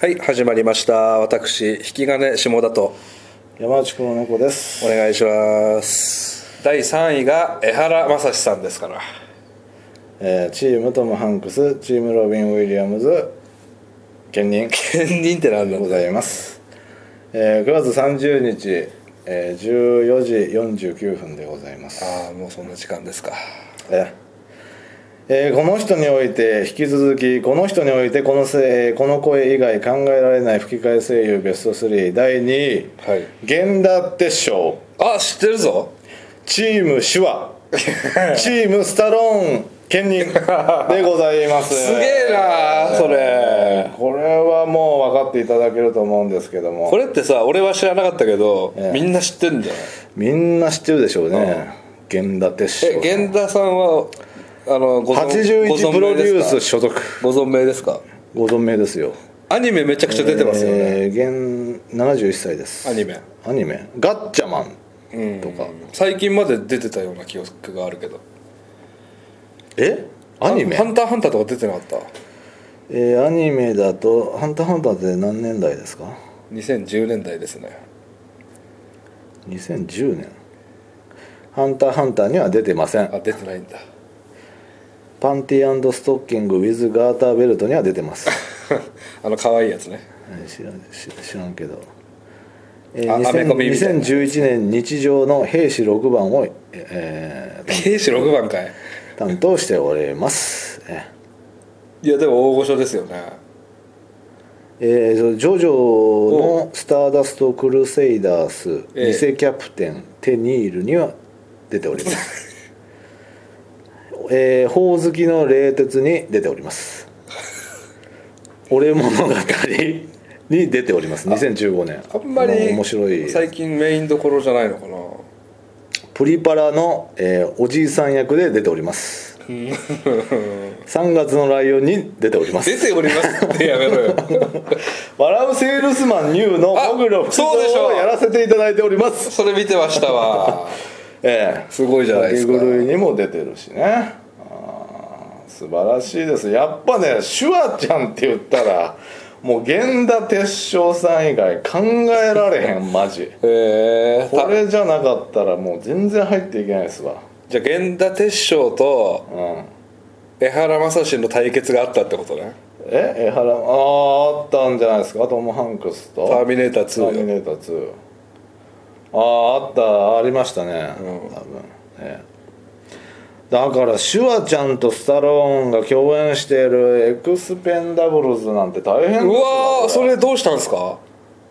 はい始まりました私引き金下田と山内くんの猫ですお願いします第3位が江原正史さんですからえーチームトム・ハンクスチームロビン・ウィリアムズ兼任兼任ってなんだございます、えー9月30日、えー14時49分でございますああもうそんな時間ですかえーえーこの人において引き続きこの人においてこのせ、えーこの声以外考えられない吹き替え声優ベスト3第2位はい源田鉄賞あ知ってるぞチーム手 話チームスタローン兼任でございますすげえなそれこれはもう分かっていただけると思うんですけどもこれってさ俺は知らなかったけど、ええみんな知ってんだよみんな知ってるでしょうね源田鉄賞え源田さんはあのご存ご81存プロ命デですューかス所属ご存命ですかご存命ですよアニメめちゃくちゃ出てますよね、えー、現71歳ですアニメアニメ「ガッチャマンうん」とか最近まで出てたような記憶があるけどえアニメハンターハンターとか出てなかったえーアニメだと「ハンターハンター」って何年代ですか2010年代ですね2010年「ハンターハンター」には出てませんあ出てないんだ パンティストッキング with ガーターベルトには出てます あの可愛いやつねはい知らん知知らんけど、えー、あアメコミみたいな2000 2011年日常の兵士6番を、えー兵士6番かい担当しておりますえいやでも大御所ですよねーえーそうジョジョの「スターダスト・クルセイダース」ええ偽キャプテンテニールには出ております えー、ほおずきの冷徹に出てお ります俺物語に出ております2015年あんまりの面白い最近メインどころじゃないのかなプリパラの、えーおじいさん役で出ております3月のライオンに出ております出ておりますってやめろ よ笑うセールスマンニューのあモグロ副長そうでしょをうやらせていただいておりますそれ見てましたわええすごいじゃないですか酒狂いにも出てるしねあー素晴らしいですやっぱねシュワちゃんって言ったらもう源田鉄章さん以外考えられへんマジへえこれじゃなかったらもう全然入っていけないですわじゃあ源田鉄章とうん江原正史の対決があったってことねえ江原あーあったんじゃないですかトム・ハンクスとターミネーターターミ2よネーター2あああったありましたね、うん多分ねだからシュワちゃんとスタローンが共演しているエクスペンダブルズなんて大変ですうよわーそれどうしたんですか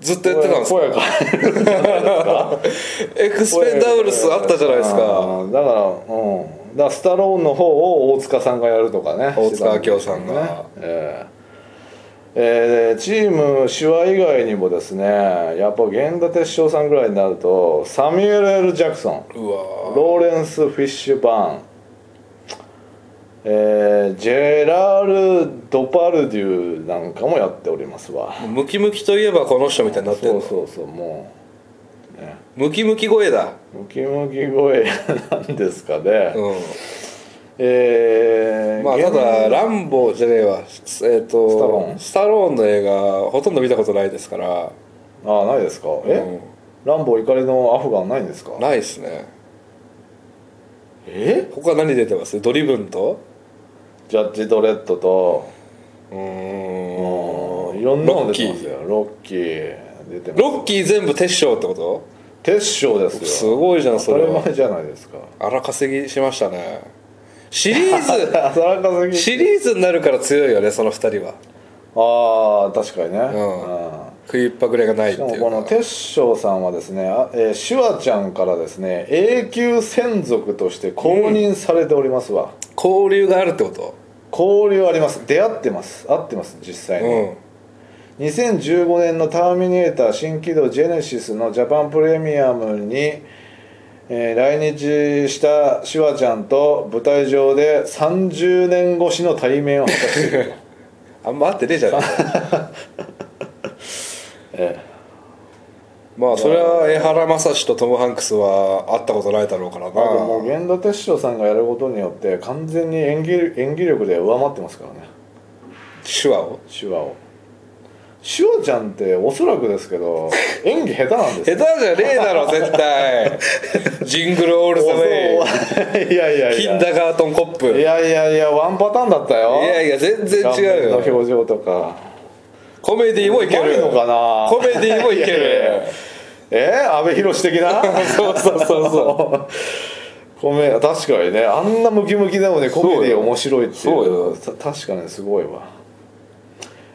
ずっとやってたんですか声声変える エクスペンダブルスあったじゃないですかうんだからうんだからスタローンの方を大塚さんがやるとかね大塚明夫さんがねえええーチーム手話以外にもですねやっぱ源田鉄章さんぐらいになるとサミュエル・ L ・ジャクソンうわローレンス・フィッシュバーン、えージェラール・ドパルデューなんかもやっておりますわームキムキといえばこの人みたいになってんそのうそうそうもうねムキムキ声だムキムキ声なんですかね、うえんーまあただランボーじゃねえわえっ、とスタローンスタローンの映画ほとんど見たことないですからあないですかえ、ランボー怒りのアフガンないんですかうんないっすねえ他何出てますドリブンとジャッジ・ドレッドとうーんうんいろんなの出てますよロッキー出てますロッキー全部鉄章ってこ鉄章ですとよすごいじゃんそ当れたりは前じゃないですか荒稼ぎしましたねシリーあ田中 ズ杉シリーズになるから強いよねその2人はああ確かにね、んうん食いっぱぐれがないっしてかいもうこのか鉄章さんはですね、あえー、シュワちゃんからですね永久専属として公認されておりますわ、交流があるってこと交流あります出会ってます会ってます実際に、うん2015年の「ターミネーター新起動ジェネシス」のジャパンプレミアムに、えー来日したシュワちゃんと舞台上で30年越しの対面を果たし ていると、あんま合ってねえじゃないえ まあそれは江原正史とトム・ハンクスは会ったことないだろうからえ、まあでもな源田鉄章さんがやることによって完全に演技演技力で上回ってますからね手話を手話をシュワちゃんっておそらくですけど演技下手なん です下手よじゃねえだろ絶 対ジングルオールザウェイそう いやいやいキやンいダガートンコップいややいやいやワンパターンだったよいや全然違う顔面のよ表情とかコメディもいけうまいるのかなコメディもいけるいやいやいやえー、安倍博的 なそうそうそうそうコメ確かにねあんなムキムキなのにコメディ面白いっていうそうよた確かにすごいわ、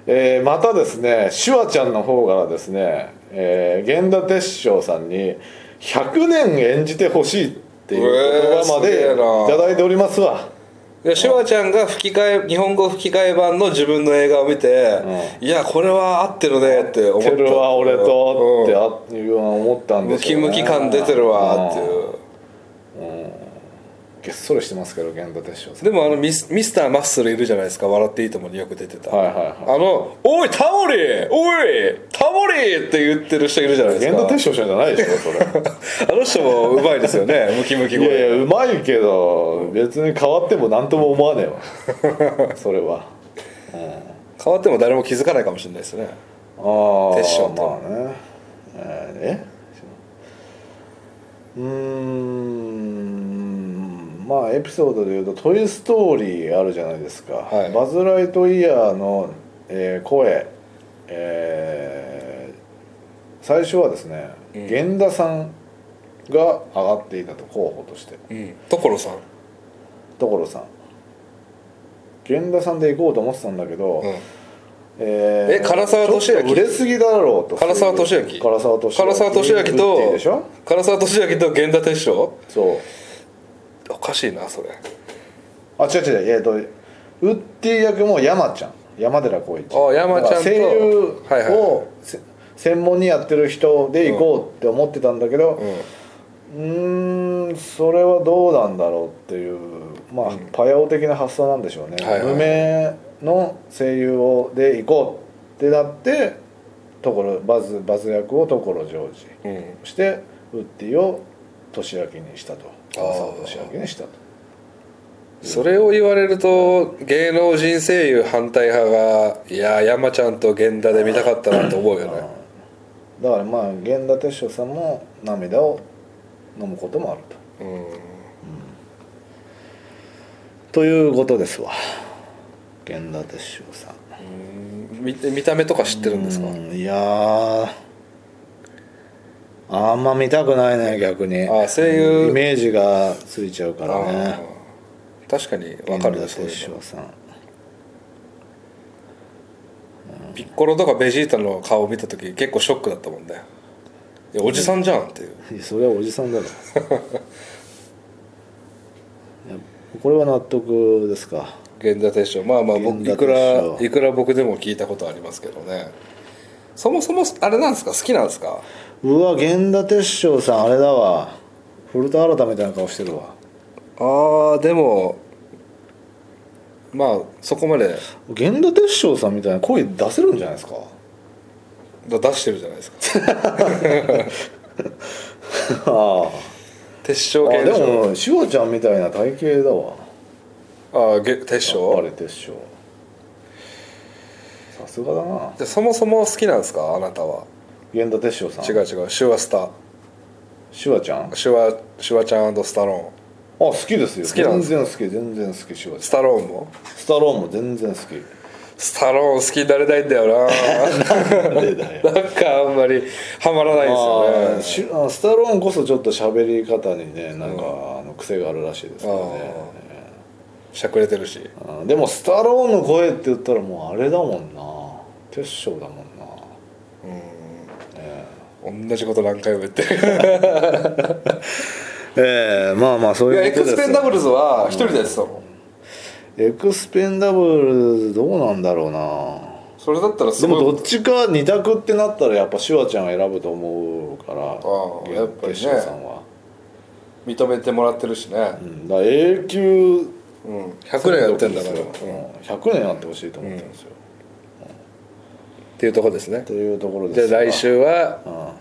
えーまたですねシュワちゃんの方からですね、えー源田鉄章さんに「100年演じてほしい」っていう言葉うまえーすげえでないただいておりますわでシュワちゃんが吹き替え日本語吹き替え版の自分の映画を見て、いやこれは合ってるねって思ったてるわ俺とってうんあっていうような思ったんでムすキよ、ね、ムキ感出てるわってうんいうげっそりしてますけど源田鉄章さんでもあのミスミスターマッスルいるじゃないですか「笑っていいとも」によく出てた、はいはいはいあの「おいタモリおいタモリ!」って言ってる人いるじゃないです源田か鉄章さんじゃないでしょそれ あの人もうまいですよねムキムキ いや声いやうまいけど別に変わっても何とも思わねえ わそれは変わっても誰も気づかないかもしれないですねああテッショウとまあねえーえうーんまあエピソードで言うと「トイ・ストーリー」あるじゃないですか、はいバズ・ライトイヤーの、えー声、えー最初はですね、うん源田さんが上がっていたと候補としてうん所さん、所さん源田さんで行こうと思ってたんだけど、うん、ええ唐沢俊明ちょっと売れすぎだろうと唐沢俊明唐沢俊明唐沢俊明とグッティでしょ唐沢俊明と源田鉄章そうおかしいなそれあ違う違うえっとウッディ役も山ちゃん山寺宏一あ山ちゃんとだから声優を、はいはせ専門にやってる人で行こうって思ってたんだけどうんうーんそれはどうなんだろうっていうまあ、パヤオ的な発想なんでしょうね、はいはい無名の声優をで行こうってなってところバズバズ役を所ジョージうんそしてウッディを年明けにしたとあー朝を年明けにしたとそれを言われると芸能人声優反対派がいやー山ちゃんと源田で見たかったなと思うよねだからまあ源田鉄章さんも涙を飲むこともあるとうんということですわ源田鉄章さん見見た目とか知ってるんですかうんいやーあんま見たくないね逆にあ声優イメージがついちゃうからあねー確かに分かる源で田すね鉄章さんピッコロとかベジータの顔を見た時結構ショックだったもんねいやおじさんじゃんっていういやそれはおじさん だろいやこれは納得ですか源田鉄章まあまあ僕源田いくら鉄章いくら僕でも聞いたことありますけどねそもそもあれなんですか好きなんですかうわ源田鉄章さんあれだわ古田新太みたいな顔してるわあーでもまあそこまで源田鉄章さんみたいな声出せるんじゃないですか だ出してるじゃないですかあ鉄あ章あ系ででしょもしわちゃんみたいな体型だわあーげ鉄あ章れ鉄章さすがだなじゃあそもそも好きなんですかあなたは源田鉄章さん違う違うシュワスタしわちゃんあシュワシュワちゃんスタロ好きですよ好きなん全です然好き全然好きしわーンちスタローンもゃんスタローンも全 然好きスタローン好きになれないんだよなんでだ よななんかあんまりハマらないあーですよねしあのスタローンこそちょっと喋り方にねなんかあの癖があるらしいですからねしゃくれてるしあーでもスタローンの声って言ったらもうあれだもんな鉄章だもんな同じこと何回も言ってるええまあまあそいうやいエうこクとですスペンダブルズは一人でやってたもんエクスペンダブルズどうなんだろうなそれだったらすでもごいどっちか二択ってなったらやっぱシュワちゃんを選ぶと思うからーやっぱりね鉄章さんは、認めてもらってるしねう、ん、だから永久うん、100年やってんだから、ううんん、っ100年やってほしいと思ってるんですよ、ていうとこですねというところじゃであすが来、週は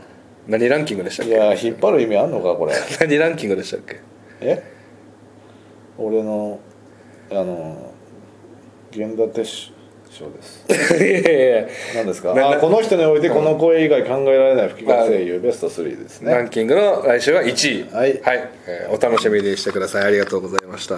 う何ランキングでしたっん、いけや引っ張る意味あんのかこれ 何ランキングでしたっけえ俺のあの源田鉄賞です いやいやい何ですかなあこの人においてこの声以外考えられない吹き替え声優ベスト3ですやラねンキングの来週は1位はいはいえーお楽しみにしてくださいありがとうございました